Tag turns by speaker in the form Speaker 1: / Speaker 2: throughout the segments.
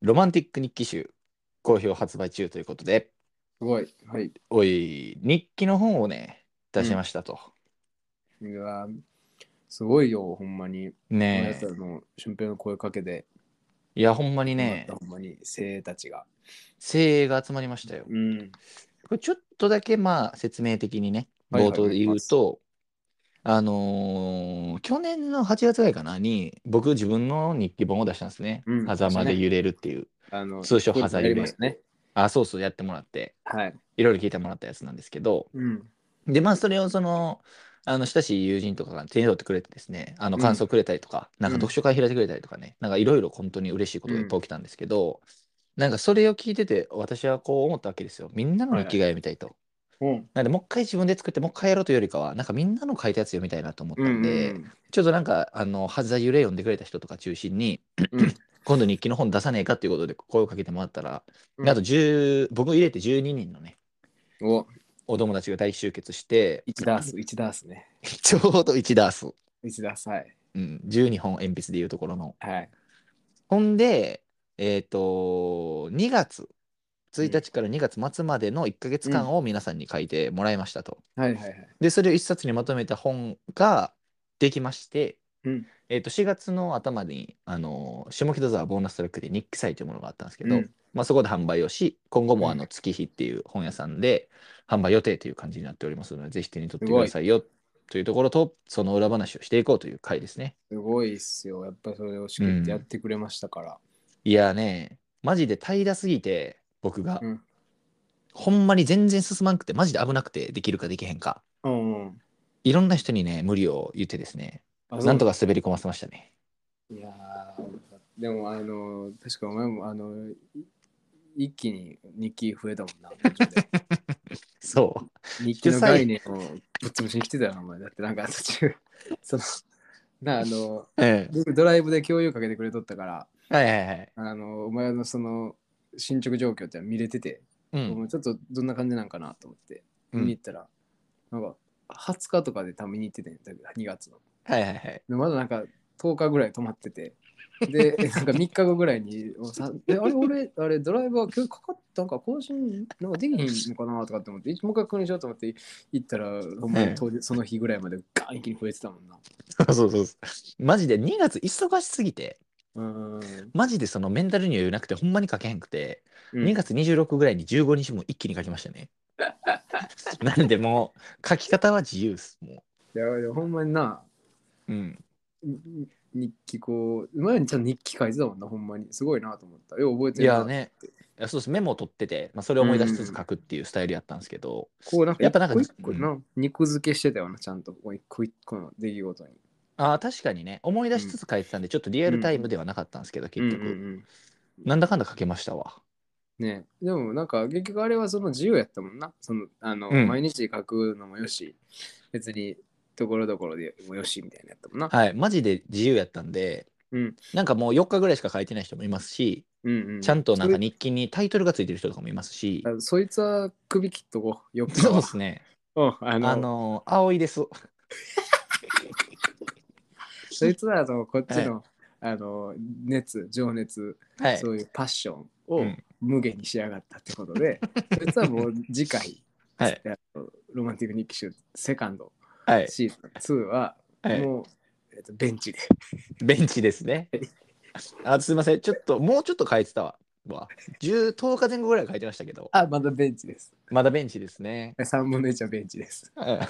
Speaker 1: ロマンティック日記集、好評発売中ということで、
Speaker 2: すごい。はい。
Speaker 1: おい、日記の本をね、出しましたと。
Speaker 2: いやーすごいよ、ほんまに。
Speaker 1: ね
Speaker 2: あの、俊平の声かけで、
Speaker 1: え。いや、ほんまにね、
Speaker 2: ほんまに、精鋭たちが。
Speaker 1: 精鋭が集まりましたよ。
Speaker 2: うん。
Speaker 1: これちょっとだけまあ説明的にね、
Speaker 2: はいはい
Speaker 1: 冒頭で言うと、あのー去年の8月ぐらいかなに、僕自分の日記本を出したんですね。
Speaker 2: うん
Speaker 1: 狭間で揺れるっていう。
Speaker 2: あの、
Speaker 1: 通称
Speaker 2: ここで
Speaker 1: ハザ
Speaker 2: やり
Speaker 1: ユレ
Speaker 2: ましたね。
Speaker 1: あ、そうそうやってもらって、
Speaker 2: はい。
Speaker 1: いろいろ聞いてもらったやつなんですけど、
Speaker 2: うん。
Speaker 1: で、まあそれをその、あの親しい友人とかが手に取ってくれてですね、あ
Speaker 2: う
Speaker 1: の
Speaker 2: ん
Speaker 1: 感想くれたりとか、なんか
Speaker 2: うん
Speaker 1: 読書会開いてくれたりとかね、なんかいろいろ本当に嬉しいことがいっぱい起きたんですけど、なんかそれを聞いてて、私はこう思ったわけですよ。みんなの日記が読みたいと。
Speaker 2: うん。
Speaker 1: なんでもう一回自分で作ってもう一回やろうというよりかはなんかみんなの書いたやつ読みたいなと思ったんで、ちょっとなんかあの「はざゆれ」読んでくれた人とか中心に
Speaker 2: うん
Speaker 1: 今度日記の本出さねえかっていうことで声をかけてもらったら、
Speaker 2: うん
Speaker 1: あと10僕入れて12人のね
Speaker 2: お、
Speaker 1: お友達が大集結して
Speaker 2: 1ダース、1ダースね。
Speaker 1: ちょうど1ダース、
Speaker 2: 1ダース、はい。
Speaker 1: うん、12本鉛筆でいうところの
Speaker 2: はい。
Speaker 1: ほんでえっ、と2月1日から2月末までの1ヶ月間を皆さんに書いてもらいましたと。
Speaker 2: はいはいはい。
Speaker 1: でそれを一冊にまとめた本ができまして、
Speaker 2: うん
Speaker 1: えー、と4月の頭に、あのー下北沢ボーナストラックで日記祭というものがあったんですけど、
Speaker 2: うん
Speaker 1: まあ、そこで販売をし今後
Speaker 2: う
Speaker 1: も
Speaker 2: ん
Speaker 1: あの月日っていう本屋さんで販売予定という感じになっておりますのでぜひ手に取ってくださいよというところとその裏話をしていこうという回ですね。
Speaker 2: すごいっすよ。やっぱりそれを仕切ってやってくれましたから。
Speaker 1: いやーねマジで平らすぎて僕が、
Speaker 2: うん
Speaker 1: ほんまに全然進まんくてマジで危なくてできるかできへんか
Speaker 2: うん。うん
Speaker 1: いろんな人にね無理を言ってですね
Speaker 2: あ
Speaker 1: なんとか滑り込ませましたね。
Speaker 2: いやーでもあの確かお前もあのい一気に日記増えたもんな途中で
Speaker 1: そう。
Speaker 2: 日記の概念をぶっ潰しに来てたよなお前だってなんか途 中そのなあの
Speaker 1: え
Speaker 2: 僕ドライブで共有かけてくれとったから
Speaker 1: え。はいはいはい。
Speaker 2: あのお前のその進捗状況ってのは見れてて、
Speaker 1: う
Speaker 2: お
Speaker 1: ん。
Speaker 2: 前ちょっとどんな感じなんかなと思って
Speaker 1: うん
Speaker 2: 見に行ったら、なんか20日とかで多分見に行ってたんや2月の
Speaker 1: はいはいはい。
Speaker 2: でまだなんか10日ぐらい泊まってて、で、なんか3日後ぐらいに、おさえあれ、俺、あれ、ドライバー、今日かかったんか、更新なんかできへんのかなとかって思って、もう一回確認しようと思って行ったら、ほんまに当日その日ぐらいまでガーン一気に増えてたもんな。
Speaker 1: そうそうそう。マジで2月忙しすぎて、
Speaker 2: うーん。
Speaker 1: マジでそのメンタルに余裕なくて、ほんまに書けへんくて、
Speaker 2: うん
Speaker 1: 2月26ぐらいに15日も一気に書きました ね。なんでもう、書き方は自由っす。も
Speaker 2: いや、でもほんまにな、
Speaker 1: う。うん。
Speaker 2: にに日記こう、前にちゃんと日記書いてたもんな、ほんまに。すごいなと思った。よう覚えて
Speaker 1: い
Speaker 2: るな
Speaker 1: やね。いやそうですメモを取ってて、まあ、それを思い出しつつ書くっていうスタイルやったんですけど、
Speaker 2: こうなんか、
Speaker 1: やっぱなんか
Speaker 2: 一個一個な、肉付けしてたよな、ちゃんと。こう一個一個の出来事に。
Speaker 1: ああ確かにね思い出しつつ書いてたんでちょっとリアルタイムではなかったんですけど、結局、
Speaker 2: うんうんうん
Speaker 1: なんだかんだ書けましたわ
Speaker 2: ねでもなんか結局あれはその自由やったもんなそのあの、
Speaker 1: うん
Speaker 2: 毎日書くのもよし別にところどころでもよしみたいなやった もんな、
Speaker 1: はい、マジで自由やったんで、
Speaker 2: うん
Speaker 1: なんかもう4日ぐらいしか書いてない人もいますし、
Speaker 2: うんうん、
Speaker 1: ちゃんとなんか
Speaker 2: それ
Speaker 1: 日記にタイトルがついてる人とかもいますし、
Speaker 2: あそいつは首切っとこうよく
Speaker 1: そうですね、
Speaker 2: うんあ
Speaker 1: あ
Speaker 2: の
Speaker 1: のー、葵です。
Speaker 2: そいつはあのこっちの,、あの熱情熱、
Speaker 1: はい、
Speaker 2: そういうパッション
Speaker 1: う
Speaker 2: を
Speaker 1: ん
Speaker 2: 無限にしやがったってこと で、そいつはもう次回
Speaker 1: はい、
Speaker 2: あのロマンティック日記集セカンド
Speaker 1: はい、
Speaker 2: シーズン2は
Speaker 1: はい、
Speaker 2: もう、えっとベンチで
Speaker 1: ベンチですね。あすいません、ちょっともうちょっと書いてたわ。わ10, 10日前後ぐらい書いてましたけど、
Speaker 2: あまだベンチです
Speaker 1: まだベンチですね。
Speaker 2: 3分の1はベンチです。
Speaker 1: うん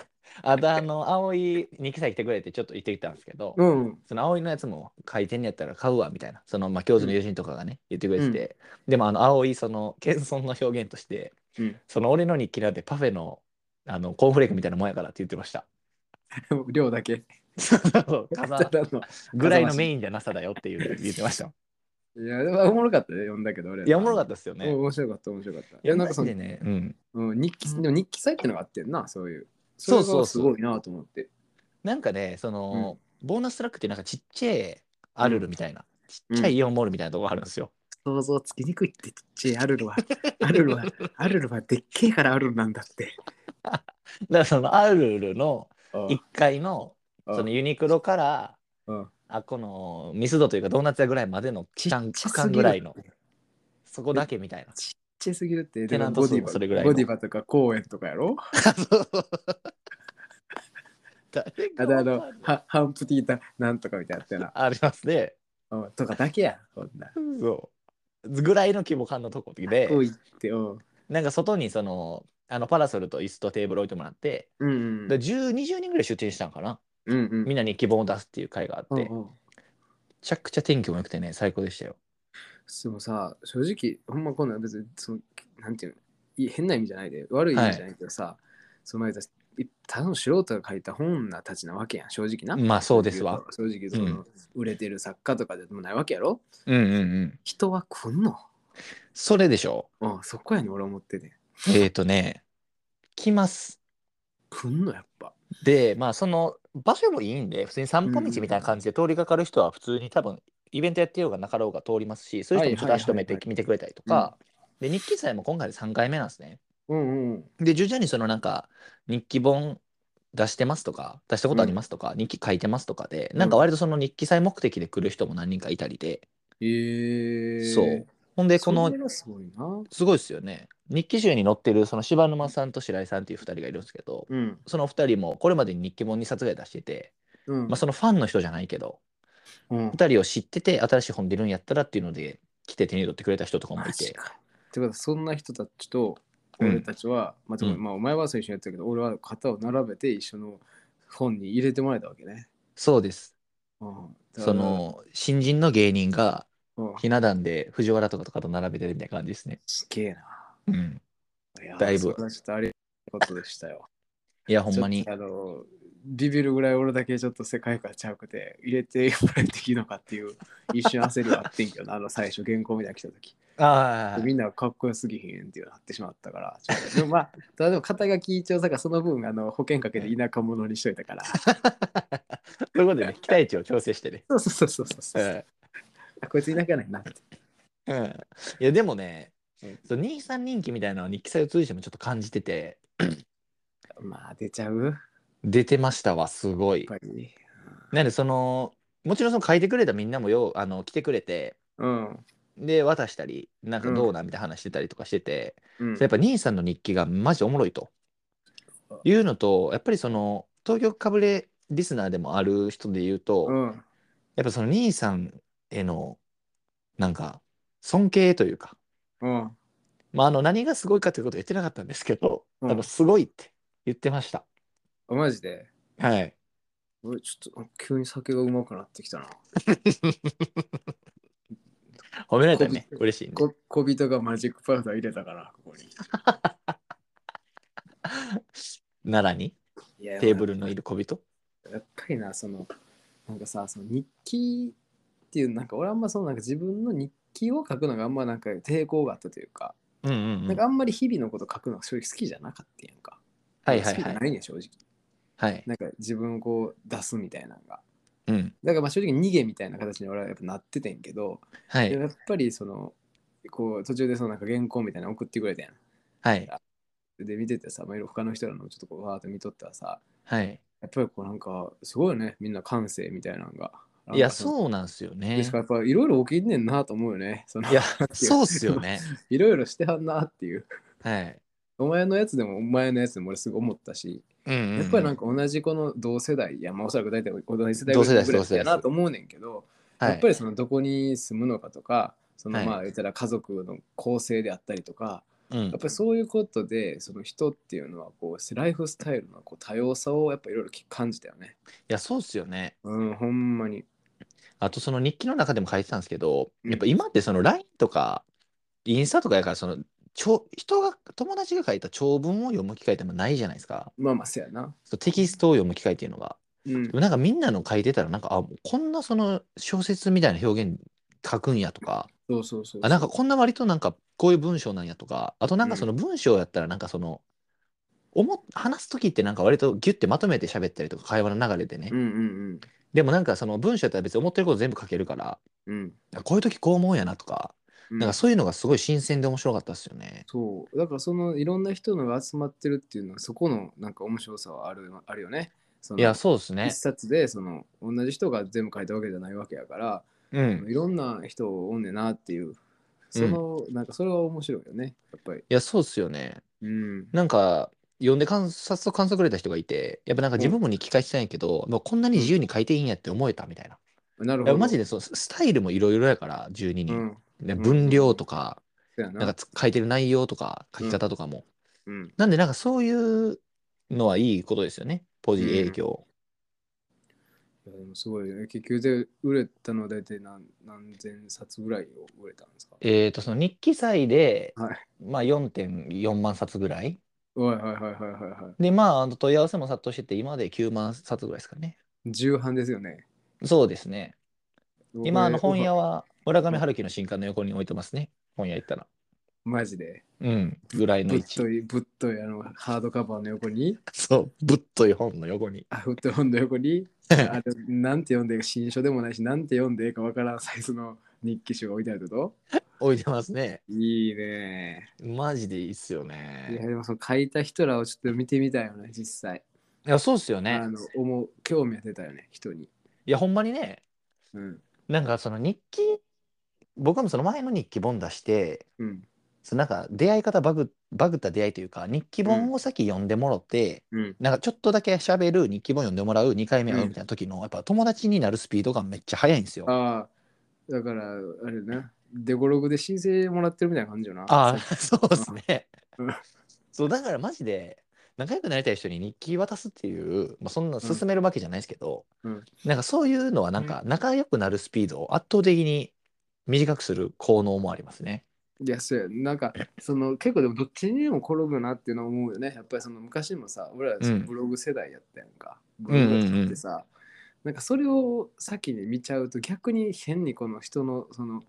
Speaker 1: あとあの、葵、日記さ来てくれてちょっと行ってきたんですけど、
Speaker 2: うん。
Speaker 1: その葵のやつも回転やったら買うわみたいなそのまあ教授の友人とかがね、言ってくれてて、でもあの葵その謙遜の表現として、
Speaker 2: うん
Speaker 1: その俺の日記なんてパフェのあのコーンフレークみたいなもんやからって言ってました
Speaker 2: 量だけ。
Speaker 1: そうそう
Speaker 2: た
Speaker 1: か
Speaker 2: だ
Speaker 1: ざ
Speaker 2: の
Speaker 1: ぐらいのメインじゃなさだよっていう言ってました
Speaker 2: いや、でもおもろかったね、読んだけど俺。。
Speaker 1: いやおもろかったたですよね
Speaker 2: 面白かった、面白かった。い
Speaker 1: いや
Speaker 2: や、な
Speaker 1: なん
Speaker 2: かそ
Speaker 1: んで
Speaker 2: の、
Speaker 1: ねうん
Speaker 2: うん、日記、でも日記祭ってのがあってんな、そういう。
Speaker 1: そう
Speaker 2: れ
Speaker 1: そ
Speaker 2: が
Speaker 1: う
Speaker 2: す
Speaker 1: そう
Speaker 2: ごいなと思って。
Speaker 1: なんかねその、ボーナストラックってなんかちっちゃいアルルみたいな、ちっちゃいイオンモールみたいなとこあるんですよ、
Speaker 2: 想像つきにくいって、ちっちゃいアルル は、アルルは、アルルはでっけえからアルルなんだって。
Speaker 1: だからそのアルルの1階の
Speaker 2: うん
Speaker 1: そのユニクロから
Speaker 2: うん
Speaker 1: あこのミスドというかドーナツ屋ぐらいまでの期間
Speaker 2: ちっちゃ
Speaker 1: 区
Speaker 2: す
Speaker 1: 間
Speaker 2: ぎる
Speaker 1: ぐらいのそこだけみ たいな。
Speaker 2: ちっちゃすぎるって、
Speaker 1: テナント
Speaker 2: ボデ
Speaker 1: 数
Speaker 2: ィ
Speaker 1: も
Speaker 2: バ
Speaker 1: それぐらいの
Speaker 2: ボディバとか公園とかやろあとあ
Speaker 1: 誰がわかんない
Speaker 2: の、ハハンプティータなんとかみたいなやってな。
Speaker 1: ありますね。
Speaker 2: うんとかだけや、こんな。
Speaker 1: そう。ぐらいの規模感のとこで、
Speaker 2: こう言って、うん。
Speaker 1: なんか外にその、あのパラソルと椅子とテーブル置いてもらって、
Speaker 2: うんうん。
Speaker 1: で10、20人ぐらい出店したんかな。
Speaker 2: うんうん。
Speaker 1: みんなに希望を出すっていう会があって、
Speaker 2: うん
Speaker 1: め
Speaker 2: うん
Speaker 1: ちゃくちゃ天気も良くてね、最高でしたよ。
Speaker 2: でもさ、正直、ほんまこんなん別に、その、なんていうの、いい変な意味じゃないで、悪い意味じゃないけどさ、その間、いただの素人が書いた本なたちなわけやん、正直な。
Speaker 1: まあそうですわ。。
Speaker 2: 正直、その、売れてる作家とかでもないわけやろ
Speaker 1: うんうんうん。
Speaker 2: 人は来んの
Speaker 1: それでしょ
Speaker 2: うん、そこやねん、俺思ってて。
Speaker 1: う。えっ、ー、とね、来ます。
Speaker 2: 来んの、やっぱ。
Speaker 1: で、まあその場所もいいんで、普通に散歩道みたいな感じで通りかかる人は普通に多分、イベントやってようがなかろうが通りますし、そういう人もちょっと足止めて見てくれたりとか、で、日記祭も今回で3回目なんですね。
Speaker 2: うんうん。
Speaker 1: で徐々にそのなんか日記本出してますとか出したことありますとか、日記書いてますとかでなんか割とその日記祭目的で来る人も何人かいたりで、
Speaker 2: えー、
Speaker 1: そう。ほんでこの
Speaker 2: それがすごいな。
Speaker 1: すごいですよね日記集に載ってるその柴沼さんと白井さんっていう2人がいるんですけど
Speaker 2: うん。
Speaker 1: その2人もこれまでに日記本2冊ぐらい出してて、
Speaker 2: うん。
Speaker 1: まあ、そのファンの人じゃないけど
Speaker 2: うん、
Speaker 1: 2人を知ってて新しい本出るんやったらっていうので来て手に取ってくれた人とかもい
Speaker 2: マ
Speaker 1: て
Speaker 2: ジか。ってことは、そんな人たちと、
Speaker 1: うん
Speaker 2: 俺たちは、まあ、でも
Speaker 1: うん
Speaker 2: まあ、お前はそう一緒にやってるけど、俺は肩を並べて一緒の本に入れてもらえたわけね。
Speaker 1: そうです
Speaker 2: うん、
Speaker 1: そ、の新人の芸人が
Speaker 2: うん、
Speaker 1: ひな壇で藤原とかとかと並べてるみたいな感じですね。
Speaker 2: すげえな。
Speaker 1: うん
Speaker 2: いや
Speaker 1: だいぶ
Speaker 2: それはちょっとありがたいことでしたよ。
Speaker 1: いや、ほんまに
Speaker 2: ちょ。っとあの、ビビるぐらい俺だけちょっと世界観ちゃうくて、入れてもらえていいのかっていう、一瞬焦りはあってんけど な、あの最初原稿みたいなの来た時。
Speaker 1: あ
Speaker 2: みんなかっこよすぎへんっていうなってしまったから。ちょっとでもまあ、ただでも肩書き一応さその分あの保険かけて田舎者にしといたから。
Speaker 1: ということでね、期待値を調整して ね。
Speaker 2: そうそうそうそうそう。あこいつ田舎なんやなって。
Speaker 1: うん。いや、でもね
Speaker 2: うん、
Speaker 1: そう兄さん人気みたいなのは日記祭を通じてもちょっと感じてて、
Speaker 2: まあ出ちゃうやっ
Speaker 1: 出てましたわ、すごい。
Speaker 2: ぱり。
Speaker 1: なんで、その、もちろんその書いてくれたみんなもよう、あの、来てくれて、
Speaker 2: うん。
Speaker 1: で、渡したり、なんかどうなんみたいな話してたりとかしてて、
Speaker 2: うん
Speaker 1: そうやっぱ兄さんの日記がマジおもろいと。いうのと、やっぱりその、東京かぶれリスナーでもある人で言うと、
Speaker 2: うん。
Speaker 1: やっぱその兄さんへのなんか尊敬というか、
Speaker 2: うん。
Speaker 1: まあ、あの何がすごいかということは言ってなかったんですけど、
Speaker 2: うん
Speaker 1: あのすごいって言ってました。
Speaker 2: あマジで。
Speaker 1: はい。
Speaker 2: 俺ちょっと急に酒がうまくなってきたな。
Speaker 1: 褒められたらね、嬉しいね。
Speaker 2: こ小人がマジックパウダー入れたから、ここに。
Speaker 1: 奈良に
Speaker 2: いや
Speaker 1: テーブルのいる小人。
Speaker 2: やっぱりな、その、なんかさ、その日記っていう、なんか俺あんまそのなんか自分の日記を書くのがあんまなんか抵抗があったというか、
Speaker 1: うんうんう
Speaker 2: なん
Speaker 1: ん。
Speaker 2: かあんまり日々のこと書くのが正直好きじゃなかったやんか。
Speaker 1: はいはい
Speaker 2: 好きじ
Speaker 1: は
Speaker 2: ゃ
Speaker 1: い。
Speaker 2: ないねん正直。
Speaker 1: はい。
Speaker 2: なんか自分をこう出すみたいなのが。
Speaker 1: うん。
Speaker 2: だからまあ正直逃げみたいな形に俺はやっぱなっててんけど、
Speaker 1: は
Speaker 2: でも
Speaker 1: い。
Speaker 2: やっぱりその、こう途中でそのなんか原稿みたいなの送ってくれたや
Speaker 1: はい。
Speaker 2: ん。で見ててさ、まあ、いろいろ他の人らのちょっとこうわーっと見とったらさ、
Speaker 1: はい。
Speaker 2: やっぱりこうなんかすごいよね、みんな感性みたいなのが。
Speaker 1: いや、
Speaker 2: う
Speaker 1: そうなんですよね。
Speaker 2: ですからやっぱいろいろ起きんねんなと思うよね。その
Speaker 1: いや
Speaker 2: なんてい
Speaker 1: そうっすよ。ね。
Speaker 2: いろいろしてはんなっていう。
Speaker 1: はい。
Speaker 2: お前のやつでもお前のやつでも俺すごい思ったし、
Speaker 1: うんうんうん、
Speaker 2: やっぱりなんか同じこの同世代、いやまあおそらく大体同じ世代
Speaker 1: 同世代です
Speaker 2: ぐらいだ
Speaker 1: 同世代
Speaker 2: な
Speaker 1: です
Speaker 2: と思うねんけど、
Speaker 1: はい、
Speaker 2: やっぱりそのどこに住むのかとか、そ
Speaker 1: は
Speaker 2: の
Speaker 1: い
Speaker 2: まあ言ったら家族の構成であったりとか、
Speaker 1: うん
Speaker 2: やっぱりそういうことでその人っていうのはこうライフスタイルのこう多様さをやっぱいろいろ感じたよね。
Speaker 1: いや、そうっすよね。
Speaker 2: うん、ほんまに。
Speaker 1: あとその日記の中でも書いてたんですけど、
Speaker 2: うん
Speaker 1: やっぱ今ってその LINE とかインスタとかやからその長人が友達が書いた長文を読む機会ってあんまないじゃないですか
Speaker 2: まあまあせやな。
Speaker 1: そうテキストを読む機会っていうのが
Speaker 2: うん
Speaker 1: でもなんかみんなの書いてたらなんかあもうこんなその小説みたいな表現書くんやとか
Speaker 2: そうそうそうそう。
Speaker 1: あなんかこんな割となんかこういう文章なんやとかあとなん
Speaker 2: う
Speaker 1: か
Speaker 2: ん
Speaker 1: その文章やったらなんかその思っ話す時ってなんか割とギュッてまとめて喋ったりとか会話の流れでね
Speaker 2: うんうん
Speaker 1: でもなんかその文章やったら別に思ってること全部書けるから
Speaker 2: うん。うん
Speaker 1: こういう時こう思うんやなとか、
Speaker 2: うん
Speaker 1: なんかそういうのがすごい新鮮で面白かったですよね。
Speaker 2: そうだからそのいろんな人のが集まってるっていうのはそこのなんか面白さはあるあるよね。その
Speaker 1: いや、そうですね
Speaker 2: 一。冊でその同じ人が全部書いたわけじゃないわけやから、
Speaker 1: うん。
Speaker 2: いろんな人おんねんなっていうその、なんかそれは面白いよね、やっぱり。
Speaker 1: や、そうっすよね。
Speaker 2: うん。
Speaker 1: なんか、読んで観察と感想くれた人がいて、やっぱなんか自分も日記書いてたんやけど、もうこんなに自由に書いていいんやって思えたみたいな。
Speaker 2: なる
Speaker 1: い
Speaker 2: ほ
Speaker 1: や
Speaker 2: ど。
Speaker 1: マジでそう、スタイルもいろいろやから、12
Speaker 2: う
Speaker 1: 人。
Speaker 2: ん。
Speaker 1: ね、
Speaker 2: ん
Speaker 1: 分量とか、
Speaker 2: そうやな。
Speaker 1: なんかつ書いてる内容とか、書き方とかも。
Speaker 2: うん。
Speaker 1: なんで、なんかそういうのはいいことですよね。ポジ影響。
Speaker 2: いやでもすごいね。結局で売れたのは大体何何千冊ぐらいを売れたんですか
Speaker 1: えっと、その日記祭で、
Speaker 2: はい
Speaker 1: まあ4.4万冊ぐらい。
Speaker 2: はいはいはいはいはいは
Speaker 1: で、まあ、あの問い合わせも殺到してて、今まで9万冊ぐらいですかね。
Speaker 2: い。重版ですよね。
Speaker 1: そうですね。今、あの本屋
Speaker 2: は。
Speaker 1: は村上春樹の新刊の横に置いてますね。本屋行ったら。
Speaker 2: マジで。
Speaker 1: うん、ぐらいの
Speaker 2: ぶ
Speaker 1: 位
Speaker 2: っ
Speaker 1: 置。
Speaker 2: とい、ぶっとい、あの、ハードカバーの横に、
Speaker 1: そう、ぶっとい本の横に。
Speaker 2: あ、フット本の横 に、あれ、なんて読んでいいか、新書でもないし、なんて読んでいいかわからんサイズの日記集が置いてあるってこ
Speaker 1: 置いてますね。
Speaker 2: といいね。
Speaker 1: マジでいいっすよ
Speaker 2: いや、
Speaker 1: ね。
Speaker 2: でもその書いた人らをちょっと見てみたいよね、実際。
Speaker 1: いや、そうっすよね
Speaker 2: あ。の、思う、興味が出たよね、人に。
Speaker 1: いや、ほんまにね、
Speaker 2: うん。
Speaker 1: なんかその日記、僕もその前の日記本出して、
Speaker 2: うん。
Speaker 1: そのなんか出会い方バグ、バグった出会いというか、日記本を先読んでもろって、
Speaker 2: うん。
Speaker 1: なんかちょっとだけ喋る、日記本読んでもらう、2回目会うみたいな時の、やっぱ友達になるスピードがめっちゃ速いんですよ。
Speaker 2: ああ、だから、あれな、デコログで申請もらってるみたいな感じよな。
Speaker 1: ああ、
Speaker 2: さ
Speaker 1: そうですね
Speaker 2: うん。
Speaker 1: そう、だからマジで、仲良くなりたい人に日記渡すっていう、まあ、そんな進めるわけじゃないですけど、
Speaker 2: うん
Speaker 1: なんかそういうのはなんか仲良くなるスピードを圧倒的に短くする効能もありますね。
Speaker 2: いや、そうや。なんか、その、結構でも、どっちにも転ぶなっていうのは思うよね。やっぱり、その、昔もさ、俺らその
Speaker 1: うん
Speaker 2: ブログ世代やったやんか。ブログやったってさ、なんか、それを先に見ちゃうと、逆に変にこの人の、その、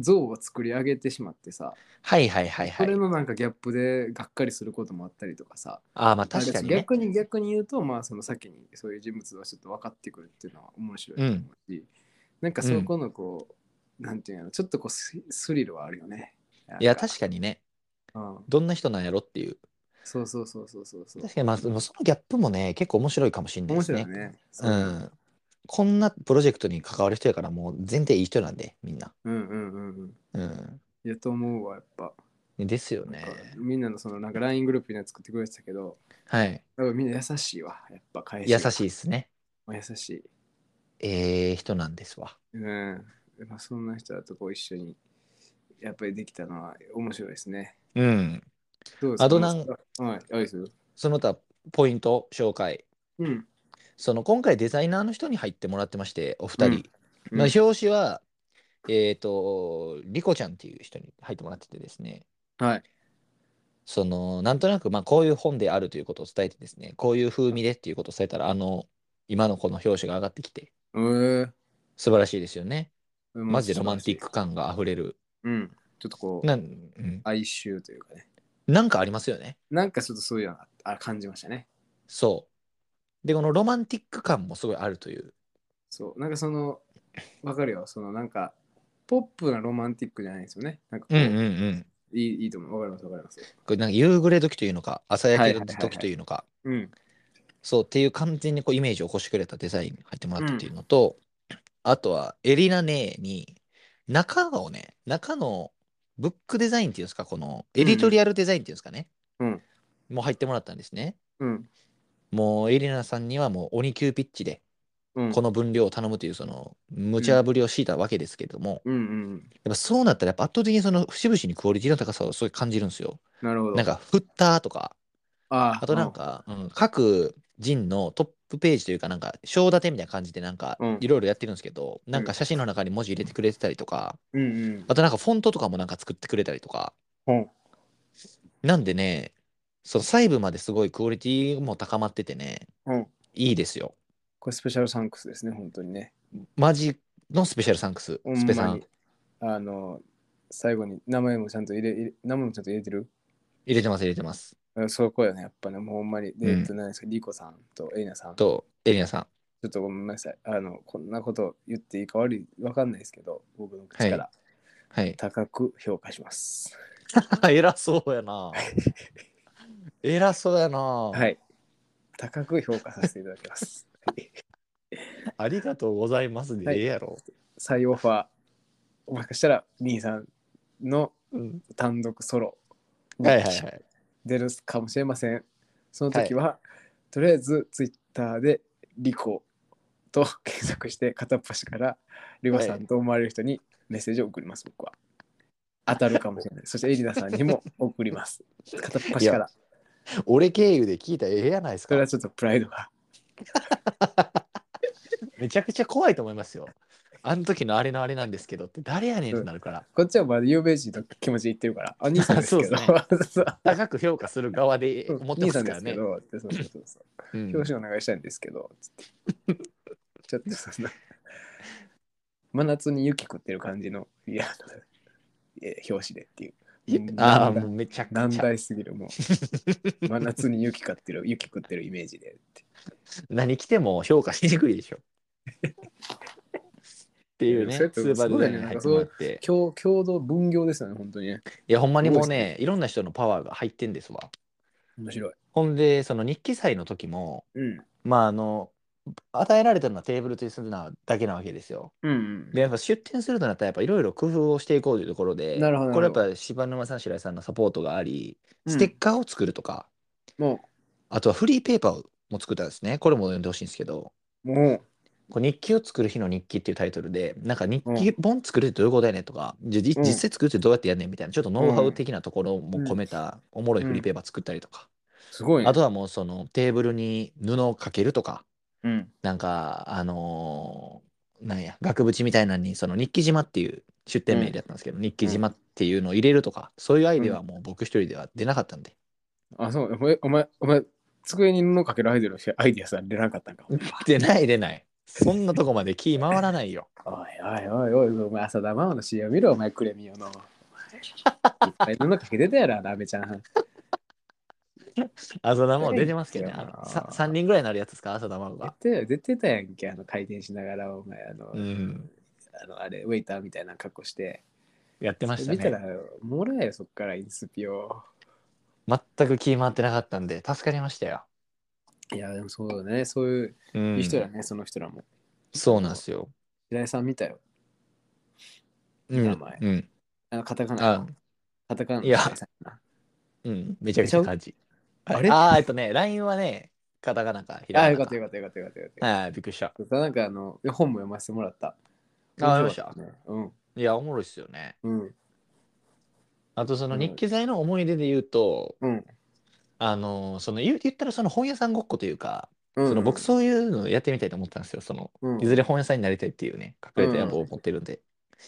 Speaker 2: 像を作り上げてしまってさ、
Speaker 1: はいはいはいは
Speaker 2: それ
Speaker 1: い。
Speaker 2: のなんかギャップでがっかりすることもあったりとかさ、
Speaker 1: ああ、まあ確かにね。
Speaker 2: 逆に逆に言うと、まあ、その先にそういう人物はちょっと分かってくるっていうのは面白いと思うし、なんかそこのこう、なんていうの、ちょっとこうススリルはあるよね。
Speaker 1: いや、確かにね、
Speaker 2: に、うん。
Speaker 1: どんな人なんやろっていう。
Speaker 2: そうそうそうそうそうそう。
Speaker 1: 確かに、まあ、そのそのギャップもね、結構面白いかもしれない
Speaker 2: 面
Speaker 1: です
Speaker 2: 白い
Speaker 1: ね。。
Speaker 2: よね。そううん
Speaker 1: こんなプロジェクトに関わる人やから、もう全然いい人なんで、みんな。
Speaker 2: うんうんうんうん。
Speaker 1: うん。
Speaker 2: いやと思うわ、やっぱ。
Speaker 1: ですよ
Speaker 2: なん
Speaker 1: ね
Speaker 2: か。みんなのそのなんか LINE グループみたいなの作ってくれてたけど、
Speaker 1: は
Speaker 2: や
Speaker 1: い。
Speaker 2: っぱみんな優しいわ、やっぱ返し。
Speaker 1: 優しいですね。
Speaker 2: 優しい。
Speaker 1: ええ人なんですわ。
Speaker 2: うん。まあ、そんな人だとこう一緒に、やっぱりできたのは面白いですね。
Speaker 1: うん。
Speaker 2: どうですか
Speaker 1: あとなん
Speaker 2: はい、あれですよ。
Speaker 1: その他、ポイント紹介。
Speaker 2: うん。
Speaker 1: その今回デザイナーの人に入ってもらってまして、お二人。
Speaker 2: うん
Speaker 1: まあ、表紙は、えっ、と、リコちゃんっていう人に入ってもらっててですね、
Speaker 2: はい。
Speaker 1: その、なんとなく、まあ、こういう本であるということを伝えてですね、こういう風味でっていうことを伝えたら、あの、今のこの表紙が上がってきて、
Speaker 2: えー、
Speaker 1: 素晴らしいですよね。マジでロマンティッ
Speaker 2: ク。
Speaker 1: ク感があふれる。
Speaker 2: うん。ちょっとこう、
Speaker 1: なん,、うん、
Speaker 2: 哀愁というかね。
Speaker 1: なんかありますよね。
Speaker 2: なんかちょっとそういうのがあ感じましたね。
Speaker 1: そう。で、このロマンティック感もすごいあるという。
Speaker 2: そう。なんかその、わかるよ。そのなんか、ポップなロマンティックじゃないんですよね。なんかこう、
Speaker 1: うん。
Speaker 2: いいいいと思う。わかります、わかります。
Speaker 1: これなんか夕暮れ時というのか、朝焼け
Speaker 2: はいはい
Speaker 1: の
Speaker 2: はいはい
Speaker 1: 時というのか、
Speaker 2: うん。
Speaker 1: そうっていう完全にこうイメージを起こしてくれたデザインに入ってもらったっていうのと、あとはエリナ姉に中をね、中のブックデザインっていうんですか、このエディトリアルデザインっていうんですかね、
Speaker 2: うん
Speaker 1: もう入ってもらったんですね。
Speaker 2: うん。
Speaker 1: もうエリナさんにはもう鬼急ピッチで
Speaker 2: うん。
Speaker 1: この分量を頼むというその無茶ぶりを強いたわけですけれども、
Speaker 2: うんうん。
Speaker 1: やっぱそうなったらやっぱ圧倒的にその節々にクオリティの高さをすごい感じるんですよ。
Speaker 2: なるほど。
Speaker 1: なん、かフッターとか、
Speaker 2: あー
Speaker 1: あとなん、か、うん各人のトップページというかなんか章立てみたいな感じでなんか
Speaker 2: うん
Speaker 1: いろいろやってるんですけど、なんか写真の中に文字入れてくれてたりとか、
Speaker 2: うんうん。
Speaker 1: あとなんかフォントとかもなんか作ってくれたりとか、
Speaker 2: うん
Speaker 1: なんでね、その細部まですごいクオリティも高まっててね、
Speaker 2: うん。
Speaker 1: いいですよ。
Speaker 2: これスペシャルサンクスですね、本当にね。
Speaker 1: マジのスペシャルサンクス、
Speaker 2: ほん
Speaker 1: スペさ
Speaker 2: ま
Speaker 1: ん
Speaker 2: に。あの、最後に名前もちゃんと入れ、入れ名前もちゃんと入れてる
Speaker 1: 入れてます入れてます。
Speaker 2: うんそうこよね、やっぱね、もうほんまに。で、
Speaker 1: うん
Speaker 2: えっと、何ですか、リコさんとエイナさん。ちょ
Speaker 1: と、エリナさん。
Speaker 2: っとごめんなさい。あの、こんなこと言っていいか悪い、わかんないですけど、僕の口から
Speaker 1: はい。
Speaker 2: 高く評価します。
Speaker 1: 偉そう やな。偉そうやな。
Speaker 2: はい。高く評価させていただきます。 はい
Speaker 1: ありがとうございますで、
Speaker 2: はい
Speaker 1: ええやろ。
Speaker 2: 再オファー、もしかしたら、兄さんの
Speaker 1: うん
Speaker 2: 単独ソロ
Speaker 1: はいはいはい。
Speaker 2: 出るかもしれません。その時は、とりあえずツイッターでリコと検索して片っ端からリバさんと思われる人にメッセージを送ります、僕は。当たるかもしれない。そしてエリナさんにも送ります。片っ端か
Speaker 1: い
Speaker 2: ら。
Speaker 1: 俺経由で聞いたらええやないです
Speaker 2: そ
Speaker 1: か
Speaker 2: れ。はちょっとプライドが。
Speaker 1: めちゃくちゃ怖いと思いますよ。あの時のあれのあれなんですけどって誰やねんってなるから。
Speaker 2: こっちはまだ有名人の気持ちで言ってる から。あ、兄さんですけど。
Speaker 1: そ う
Speaker 2: そう
Speaker 1: 高く評価する側で
Speaker 2: うん
Speaker 1: 思ってま
Speaker 2: 兄さ
Speaker 1: す
Speaker 2: ん
Speaker 1: か
Speaker 2: で
Speaker 1: ら
Speaker 2: すけ
Speaker 1: ね。
Speaker 2: ど。ってそうそうそうそう。
Speaker 1: うん
Speaker 2: 表紙お願いしたいんですけど、 つって。ちょっとそんな、真夏に雪食ってる感じの、いや、え表紙でっていう。
Speaker 1: ああ、もうめちゃく
Speaker 2: 難
Speaker 1: ちゃ。
Speaker 2: 題すぎる、もう。 真夏に雪買ってる、雪食ってるイメージでって。
Speaker 1: 何着ても評価しにくいでしょ。っていうね、
Speaker 2: い
Speaker 1: ス
Speaker 2: やそうや
Speaker 1: ー
Speaker 2: って
Speaker 1: パ
Speaker 2: そう
Speaker 1: ーデザインに
Speaker 2: だよね
Speaker 1: 入ってもらって。
Speaker 2: 共共同分業ですよね、本当にね。
Speaker 1: いや、ほんまにもうね、いろんな人のパワーが入ってんですわ。
Speaker 2: 面白い。
Speaker 1: ほんで、その日記祭の時も、
Speaker 2: うん。
Speaker 1: まあ、あの、与えられたのはテーブルと椅子なだけなわけですよ。
Speaker 2: うん
Speaker 1: で、やっぱ出店するとなったら、やっぱいろいろ工夫をしていこうというところで、
Speaker 2: なるほどなるほど
Speaker 1: これやっぱ柴沼さん、白井さんのサポートがあり、
Speaker 2: うん
Speaker 1: ステッカーを作るとか、
Speaker 2: も
Speaker 1: あとはフリーペーパーも作ったんですね。これも読んでほしいんですけど、
Speaker 2: う、も
Speaker 1: こう日記を作る日の日記っていうタイトルで、なんか日記本作るってどういうことやねんとか、じゃ実
Speaker 2: うん
Speaker 1: 実際作るってどうやってやんねんみたいな、ちょっとノウハウ的なところも込めたおもろいフリーペーパー作ったりとか、
Speaker 2: う、すごいね。
Speaker 1: あとはもうそのテーブルに布をかけるとか、
Speaker 2: うん。
Speaker 1: なんか、あのーなんや、額縁みたいなのに、その日記島っていう出店名でやったんですけど、日記島っていうのを入れるとか、そういうアイデアはもう僕一人では出なかったんで。
Speaker 2: あ、そう、お前、お前、お前、机に布かけるアイデアのアイデアさ、出なかったんか。
Speaker 1: 出ない出ない。そんなとこまで気回らないよ。
Speaker 2: おいおいおいおい、お前、浅田真央の CM 見ろ、お前、クレミオの。いっぱい布かけてたやろ、なべちゃん。
Speaker 1: 浅田真央出てますけどね。
Speaker 2: 出ないんですよ
Speaker 1: 3人ぐらいになるやつですか、浅田真央
Speaker 2: 絶
Speaker 1: が。
Speaker 2: 対、絶対たやんけ、あの、回転しながら、お前、あの、
Speaker 1: うん。
Speaker 2: あのあれ、ウェイターみたいな格好して。
Speaker 1: やってました
Speaker 2: それ見た
Speaker 1: ね。
Speaker 2: ら、もらえよ、そっから、インスピを。
Speaker 1: 全く気回ってなかったんで、助かりましたよ。
Speaker 2: いや、でもそうだね、そういう
Speaker 1: う
Speaker 2: い
Speaker 1: ん
Speaker 2: う人らね、その人らも。
Speaker 1: そうなんですよ。
Speaker 2: 平井さん見たよ、
Speaker 1: うん。
Speaker 2: 名前
Speaker 1: うん。
Speaker 2: あの、カタカ
Speaker 1: あ
Speaker 2: ナ。カタカナの
Speaker 1: いや
Speaker 2: 平井さんな
Speaker 1: うん。めちゃくちゃ感じ。
Speaker 2: あれ
Speaker 1: あー、えっとね、LINE はね、カタカナか、ひら
Speaker 2: あ、
Speaker 1: がな
Speaker 2: よかったよかったよかったよかったよかった。
Speaker 1: はい、びっくりした。
Speaker 2: なんかあの本も読ませてもらった。
Speaker 1: あ読みました
Speaker 2: 面白かったね
Speaker 1: いや、おもろいっすよね。
Speaker 2: うん。うん。
Speaker 1: あと、その
Speaker 2: うん
Speaker 1: 日記剤の思い出で言うと、
Speaker 2: うん。
Speaker 1: あのー、その言う言ったらその本屋さんごっこというか、
Speaker 2: うん
Speaker 1: その僕そういうのやってみたいと思ったんですよ。その、
Speaker 2: うん
Speaker 1: いずれ本屋さんになりたいっていうね、隠れた野望を持ってるんで。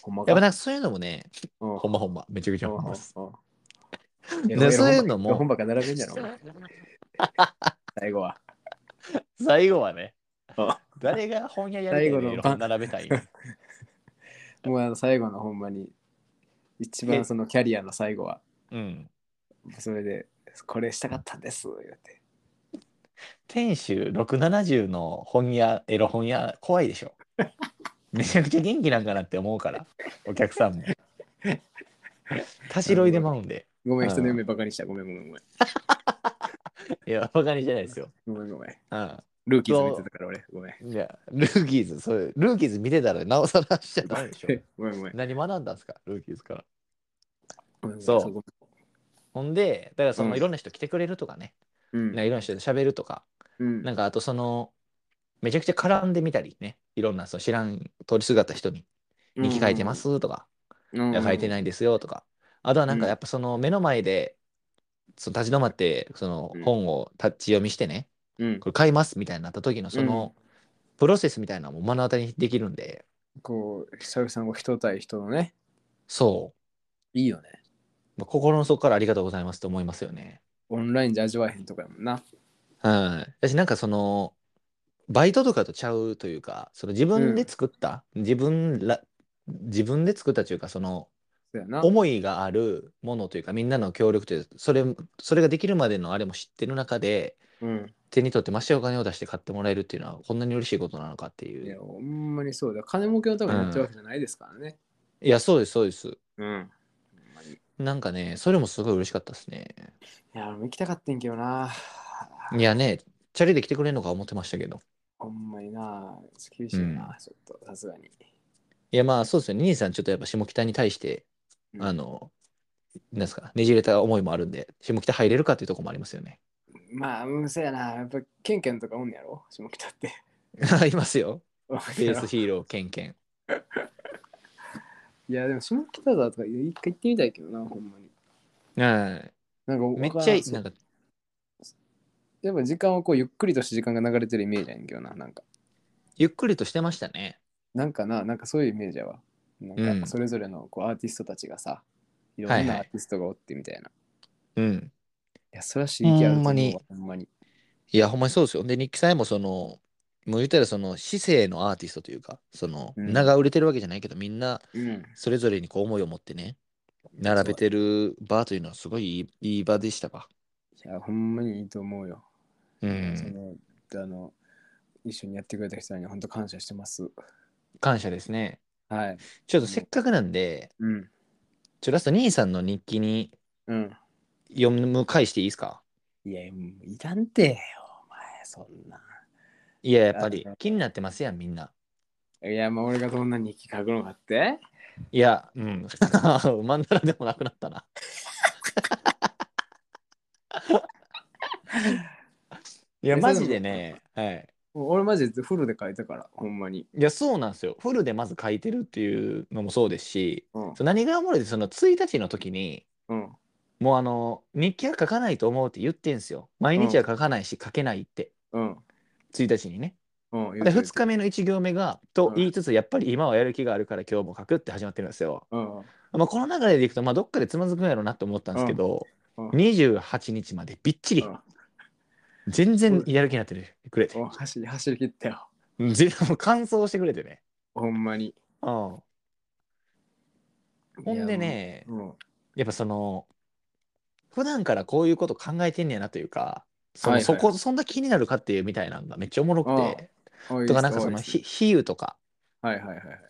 Speaker 2: ほんま
Speaker 1: やっぱ
Speaker 2: な、
Speaker 1: なんかそういうのもね、
Speaker 2: うん
Speaker 1: ほんまほんま、めちゃくちゃほんまです。
Speaker 2: うん
Speaker 1: でそういうのも
Speaker 2: 本ばっか並べんじゃろ、お前最後は。
Speaker 1: 最後はね
Speaker 2: うん、
Speaker 1: 誰が本屋やりたい
Speaker 2: 最後の
Speaker 1: の並べた い の
Speaker 2: もうあの最後のほんまに、一番そのキャリアの最後は、
Speaker 1: うん。
Speaker 2: それで、これしたかったんです、言って。
Speaker 1: 店主670の本屋、エロ本屋、怖いでしょ。めちゃくちゃ元気なんかなって思うから、お客さんも。たしろいでまうんで。
Speaker 2: ごめん、
Speaker 1: うん
Speaker 2: 人の夢ばかにした。ごめん、ごめん、ごめん。
Speaker 1: いや、バカにじゃないですよ。
Speaker 2: ごめん、ごめん。
Speaker 1: うん。
Speaker 2: ルーキーズ見てたから俺、ごめん。
Speaker 1: じゃあ、ルーキーズ、それ、ルーキーズ見てたらなおさらしちゃダメでしょ。
Speaker 2: ごめん、ごめん。
Speaker 1: 何学んだんですか、ルーキーズから。
Speaker 2: ごめん
Speaker 1: そう。
Speaker 2: ごめん
Speaker 1: ほんで、だからそうの
Speaker 2: ん
Speaker 1: いろんな人来てくれるとかね、
Speaker 2: うん
Speaker 1: なんかいろんな人と喋るとか、
Speaker 2: うん
Speaker 1: なんかあとその、めちゃくちゃ絡んでみたりね、いろんなその知らん通りすがった人に、日記書いてま。すとか、
Speaker 2: うん
Speaker 1: いや書いて
Speaker 2: い。
Speaker 1: ないんですよとか、あとはなん
Speaker 2: う
Speaker 1: か
Speaker 2: ん
Speaker 1: やっぱその目の前で、その立ち止まって、その
Speaker 2: うん
Speaker 1: 本を立ち読みしてね、
Speaker 2: うん
Speaker 1: こ。れ買いますみたいになった時のその、プロセスみたいなのも目の当たりにできるんで、
Speaker 2: こう、久々の人対人のね、
Speaker 1: そ
Speaker 2: いいよね。
Speaker 1: う、まあ心の底からありがとうございますと思いますよね。
Speaker 2: オンラインじゃ味わえへんとかやもんな。
Speaker 1: はい。私なんかそのバイトとかとちゃうというか、その自分で作った、自分ら、自分で作ったというか、その
Speaker 2: そうやな。
Speaker 1: 思いがあるものというか、みんなの協力という、それ、それができるまでのあれも知ってる中で、
Speaker 2: うん。
Speaker 1: 手に取ってましてお金を出して買ってもらえるっていうのは、こんなに嬉しいことなのかって
Speaker 2: い
Speaker 1: い
Speaker 2: や、
Speaker 1: う。
Speaker 2: ほんまにそうだ。金儲けのためにやってるわけじゃないですからね。
Speaker 1: いや、そうです、そうです。
Speaker 2: うん。
Speaker 1: なんかね、それもすごい嬉しかったですね。
Speaker 2: いや、俺も行きたかったんけどな。
Speaker 1: いやね、チャリで来てくれるのか思ってましたけど。
Speaker 2: ほんまにな。厳しいな、
Speaker 1: う
Speaker 2: ちょっと、さすがに。
Speaker 1: いや、まあそうですよね。兄さん、ちょっとやっぱ下北に対して、
Speaker 2: うん
Speaker 1: あの、なんですか、ねじれた思いもあるんで、下北入れるかっていうところもありますよね。
Speaker 2: まあ、うん、そうやな。やっぱ、ケンケンとかおんねやろ下北って。
Speaker 1: ありますよ。
Speaker 2: ベ
Speaker 1: ベースヒーロー、ケンケン。
Speaker 2: いや、でも、下北沢とか、一回行ってみたいけどな、ほんまに。
Speaker 1: はい
Speaker 2: なんかわから
Speaker 1: めっ
Speaker 2: ん、
Speaker 1: ちゃいい、
Speaker 2: そう
Speaker 1: なんか、
Speaker 2: やっぱ時間をこう、ゆっくりとした時間が流れてるイメージやねんけどな、なんか。
Speaker 1: ゆっくりとしてましたね。
Speaker 2: なんかな、なんかそういうイメージやわ。な
Speaker 1: うん
Speaker 2: か、
Speaker 1: ん
Speaker 2: それぞれのこうアーティストたちがさ、いろ
Speaker 1: はい
Speaker 2: ん
Speaker 1: は
Speaker 2: ないアーティストがおってみたいな。い
Speaker 1: うん。
Speaker 2: や、それは刺激あると思うわ
Speaker 1: ほんまに
Speaker 2: ほんまに。
Speaker 1: いや、ほんまにそうですよ。で、日記さえもその、もう言ったらその、市政のアーティストというか、その、
Speaker 2: うん
Speaker 1: 名が売れてるわけじゃないけど、みんな
Speaker 2: うん。
Speaker 1: それぞれにこう思いを持ってね、並べてるバーというのはすごいいいいい場でしたわ。
Speaker 2: いや、ほんまにいいと思うよ。
Speaker 1: う
Speaker 2: そ
Speaker 1: ん。
Speaker 2: のあの一緒にやってくれた人に本当感謝してます。
Speaker 1: 感謝ですね。
Speaker 2: はい。
Speaker 1: ちょっとせっかくなんで、
Speaker 2: うん。
Speaker 1: ちょ、ラスト兄さんの日記に
Speaker 2: うん。
Speaker 1: 読む返していいですか
Speaker 2: いや、もういらんてよ、お前、そんな。
Speaker 1: いや、やっぱり
Speaker 2: あ
Speaker 1: 気になってますやん、みんな。
Speaker 2: いや、まあ俺がどんな日記書くのかって。
Speaker 1: いや、うん。 まんならでもなくなったな。いや、
Speaker 2: え
Speaker 1: マジでね、はい。
Speaker 2: もう俺マジでフルで書いたから、ほんまに。
Speaker 1: いや、そうなんですよ。フルでまず書いてるっていうのもそうですし、
Speaker 2: うん。
Speaker 1: そう何がおもろいって、その1日の時に、
Speaker 2: うん。
Speaker 1: もうあの、日記は書かないと思うって言ってんすよ。毎日は書かないし、書けないって、
Speaker 2: うん。
Speaker 1: 1日にね。
Speaker 2: うん。
Speaker 1: で、2日目の1行目が、と
Speaker 2: うん
Speaker 1: 言いつつ、やっぱり今はやる気があるから今日も書くって始まってるんですよ。
Speaker 2: うん。
Speaker 1: まあ、この流れでいくと、まあ、どっかでつまずくんやろうなと思ったんですけど、
Speaker 2: うんうん
Speaker 1: 28日までびっちり、全然やる気になってるくれて、
Speaker 2: うん、走り、走り切ったよ。
Speaker 1: うん、全もう完走してくれてね。
Speaker 2: ほんまに。
Speaker 1: うん、ほんでね
Speaker 2: いや。、も
Speaker 1: やっぱその、普段からこういうこと考えてんねやなというか、その
Speaker 2: はいはい
Speaker 1: そこ、そんな気になるかっていうみたいなのがめっちゃおもろくて、
Speaker 2: うん。
Speaker 1: とか、なんかその、
Speaker 2: 日
Speaker 1: ひ比喩とか、
Speaker 2: はいはいはいはい。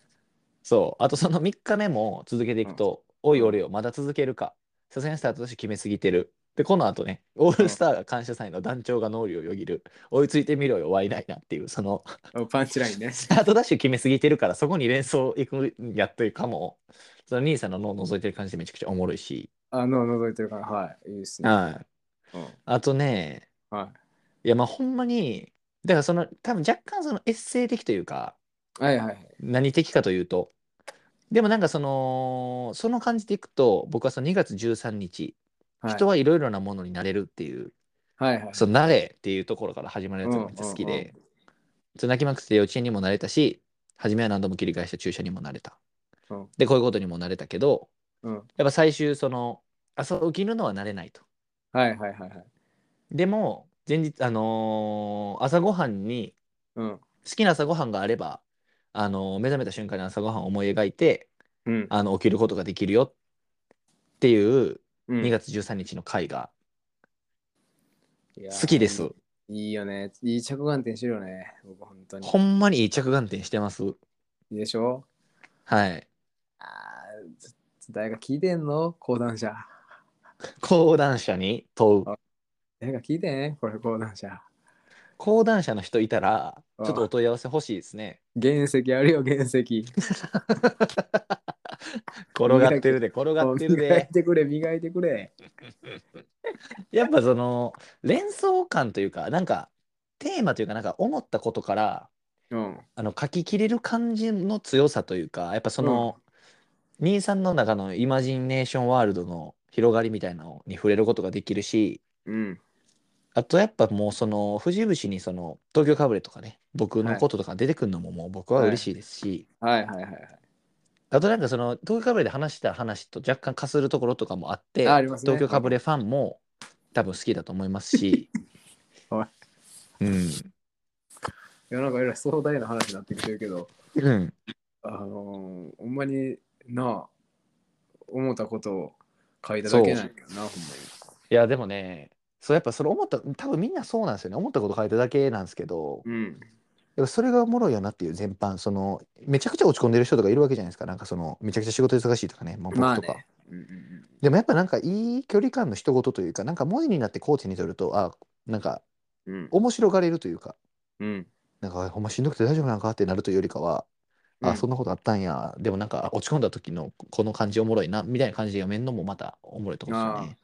Speaker 1: そう。あとその3日目も続けていくと、おいおれよ、まだ続けるか。初戦スタートとして決めすぎてる。で、この後ね、オールスターが感謝祭の団長が脳裏をよぎる。追いついてみろよ、ワイないなっていう、その、
Speaker 2: おパンチラインね。
Speaker 1: スタートダッシュ決めすぎてるから、そこに連想いくんやっというかも、その兄さんの脳を覗いてる感じでめちゃくちゃおもろいし。
Speaker 2: あの、覗いてるから、はい。いいですね。
Speaker 1: はい。
Speaker 2: うん。
Speaker 1: あとね、
Speaker 2: はい
Speaker 1: や、まあほんまに、だからその、多分若干そのエッセイ的というか、
Speaker 2: い。はいはいはい。
Speaker 1: 何的かというと、でもなんかその、その感じでいくと、僕はその2月13日、
Speaker 2: はい
Speaker 1: 人はいろいろなものになれるっていう、
Speaker 2: はいはい。
Speaker 1: その慣れっていうところから始まるやつがめっちゃ好き
Speaker 2: うんうんうん
Speaker 1: で、そう泣きまくって幼稚園にもなれたし、初めは何度も繰り返した注射にもなれた
Speaker 2: うん。
Speaker 1: で、こういうことにもなれたけど、
Speaker 2: うん
Speaker 1: やっぱ最終、その、朝起きるのはなれないと。
Speaker 2: はいはいはいはい。
Speaker 1: でも、前日、あのー朝ごはんに、
Speaker 2: うん。
Speaker 1: 好きな朝ごはんがあれば、あのー目覚めた瞬間に朝ごはんを思い描いて、
Speaker 2: うん。
Speaker 1: あの起きることができるよっていう
Speaker 2: うん
Speaker 1: 2月13日の回が
Speaker 2: いやー
Speaker 1: 好きです。
Speaker 2: いいよね。いい着眼点してるよね。僕、本当に。
Speaker 1: ほんまにいい着眼点してます。
Speaker 2: いいでしょ
Speaker 1: はい。
Speaker 2: あーず誰が聞いてんの講談社。
Speaker 1: 講談社に問う
Speaker 2: あ。誰が聞いてんこれ講談社。
Speaker 1: 講談社の人いたら、
Speaker 2: あ
Speaker 1: ちょっとお問い合わせ欲しいです ね。
Speaker 2: 原石あるよ、原石。
Speaker 1: 転がってるで、転 がってる
Speaker 2: 磨い
Speaker 1: で。
Speaker 2: てくれ、磨いてくれ。
Speaker 1: やっぱその、連想感というか、なんか、テーマというか、なんか思ったことから、
Speaker 2: うん。
Speaker 1: あの書ききれる感じの強さというかやっぱその、兄さんの中のイマジネーションワールドの広がりみたいなのに触れることができるし
Speaker 2: うん。
Speaker 1: あとやっぱもうその藤節にその東京かぶれとかね僕のこととか出てくるのももう僕は嬉しいですし、
Speaker 2: はいはいはいはい。
Speaker 1: あとなんかその東京かぶれで話した話と若干かするところとかもあって
Speaker 2: あありますね
Speaker 1: 東京かぶれファンも多分好きだと思いますし
Speaker 2: おい
Speaker 1: うん、
Speaker 2: いや、なんかえらい壮大な話になってきてるけど、
Speaker 1: うん、
Speaker 2: あのー、ほんまになあ、思ったことを書いただけなんやけどな、ほんま
Speaker 1: いやでもねそうやっぱそれ思った多分みんなそうなんですよね思ったこと書いただけなんですけど
Speaker 2: に。うん。
Speaker 1: やっぱそれがおもろいよなっていう全般そのめちゃくちゃ落ち込んでる人とかいるわけじゃないですかなんかそのめちゃくちゃ仕事忙しいとかね、まあ、僕
Speaker 2: まあ
Speaker 1: とか、
Speaker 2: ね。うんうんうん
Speaker 1: でもやっぱなんかいい距離感の一言というかなんか文字になってコーチにとるとあなんか
Speaker 2: うん。
Speaker 1: 面白がれるというか
Speaker 2: うん。
Speaker 1: なんかほんましんどくて大丈夫なんかってなるというよりかは
Speaker 2: う
Speaker 1: あ
Speaker 2: ん
Speaker 1: そんなことあったんやでもなんか落ち込んだ時のこの感じおもろいなみたいな感じで読めんのもまたおもろいとこですよね。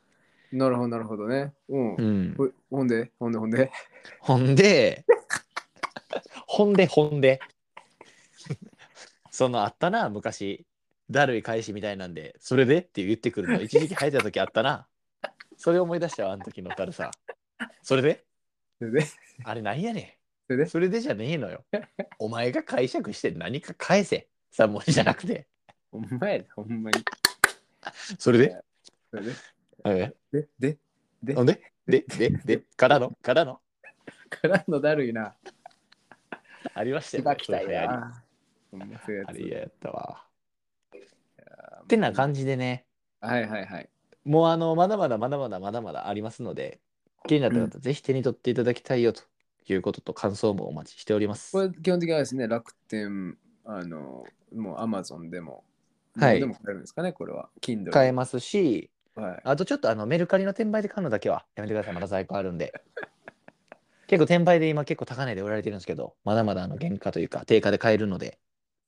Speaker 2: なるほど、なるほどね。うん。
Speaker 1: うん、
Speaker 2: ほほんで、ほんで、ほんで。
Speaker 1: ほんで ほんでほんで そのあったな昔だるい返しみたいなんでそれでって言ってくるの一時期入ってた時あったなそれ思い出したわあの時のだるさそれで
Speaker 2: それで、そ
Speaker 1: あれなんやねん
Speaker 2: れで、
Speaker 1: それでじゃねえのよ。お前が解釈して何か返せ。三文字じゃなくて。
Speaker 2: ほんまやで、ほんまに。
Speaker 1: それで
Speaker 2: それで、
Speaker 1: え
Speaker 2: で、で、で、
Speaker 1: ほんでで、で、で、からの、からの。
Speaker 2: からのだるいな。
Speaker 1: ありました
Speaker 2: 来
Speaker 1: よ、
Speaker 2: た来た
Speaker 1: そういう流行り
Speaker 2: や。ほんまそういうや
Speaker 1: あ
Speaker 2: つ
Speaker 1: れ嫌やったわ。ってな感じでね、
Speaker 2: はいはいはい。
Speaker 1: もうあの、まだまだまだまだまだまだありますので、気になった方、ぜひ手に取っていただきたいよということと感想もお待ちしております
Speaker 2: こ。れ基本的にはですね、楽天、あの、もうアマゾンでも、
Speaker 1: はい
Speaker 2: どこでも買えるんですかね、これは。Kindle。
Speaker 1: 買えますし、
Speaker 2: はい。
Speaker 1: あとちょっとあのメルカリの転売で買うのだけはやめてください。まだ在庫あるんで。 結構転売で今結構高値で売られてるんですけど、まだまだあの原価というか定価で買えるので、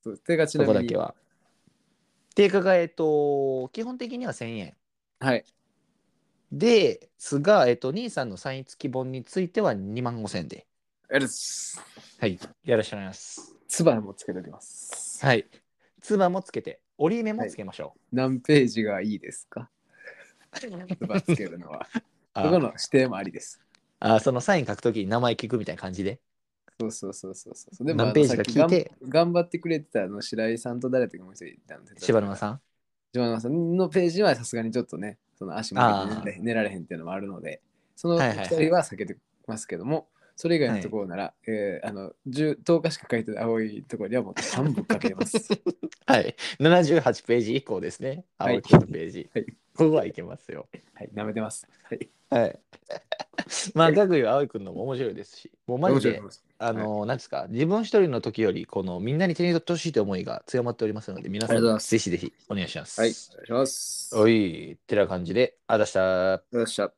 Speaker 2: そう手がち
Speaker 1: そ
Speaker 2: な
Speaker 1: こ
Speaker 2: み
Speaker 1: だ
Speaker 2: に
Speaker 1: けは。定価がえっと、基本的には1000円。
Speaker 2: はい。
Speaker 1: ですが、えっと、兄さんのサイン付き本については2万5000円で。
Speaker 2: ありがとうございます。
Speaker 1: はい。よろしくお願いします。
Speaker 2: ツバもつけております。
Speaker 1: はい。ツバもつけて、折り目もつけましょ
Speaker 2: 何ページがいいですか
Speaker 1: う。
Speaker 2: ツバつけるのは。
Speaker 1: あ
Speaker 2: そこの指定もありです。
Speaker 1: あ、そのサイン書くときに名前聞くみたいな感じで。
Speaker 2: そうそうそうそうそう。でも、
Speaker 1: 何ページ
Speaker 2: あ
Speaker 1: か
Speaker 2: のさっき
Speaker 1: 聞いて、
Speaker 2: 頑頑張ってくれてたあの白井さんと誰とかもう一人いたんです
Speaker 1: 柴沼
Speaker 2: ん。
Speaker 1: さん。
Speaker 2: 柴沼さんのページはさすがにちょっとね、その足元に寝れ寝られへんっていうのもあるので、その
Speaker 1: はいはい
Speaker 2: 二
Speaker 1: はい
Speaker 2: 人は避けてますけども、それ以外のところなら、えーあの 10, 10日しか書いてない青いところにはもう3本かけ ます。
Speaker 1: はい、78ページ以降ですね。
Speaker 2: はい
Speaker 1: 青木のページ。
Speaker 2: はい
Speaker 1: ここはいけますよ。
Speaker 2: はい、舐めてます。はい、
Speaker 1: はい。 まあ、ガグよ、青井くんのも面白いですし、もうマジで、
Speaker 2: 面白い
Speaker 1: あの、なんですか、自分一人の時より、このみんなに手に取ってほしいという思いが強まっておりますので、皆
Speaker 2: あ
Speaker 1: さ
Speaker 2: りがとうござい
Speaker 1: ん、
Speaker 2: ます
Speaker 1: ぜひぜひお願いします。
Speaker 2: はい、お願いします。
Speaker 1: おい、てな感じで、あだした。
Speaker 2: よっしゃ。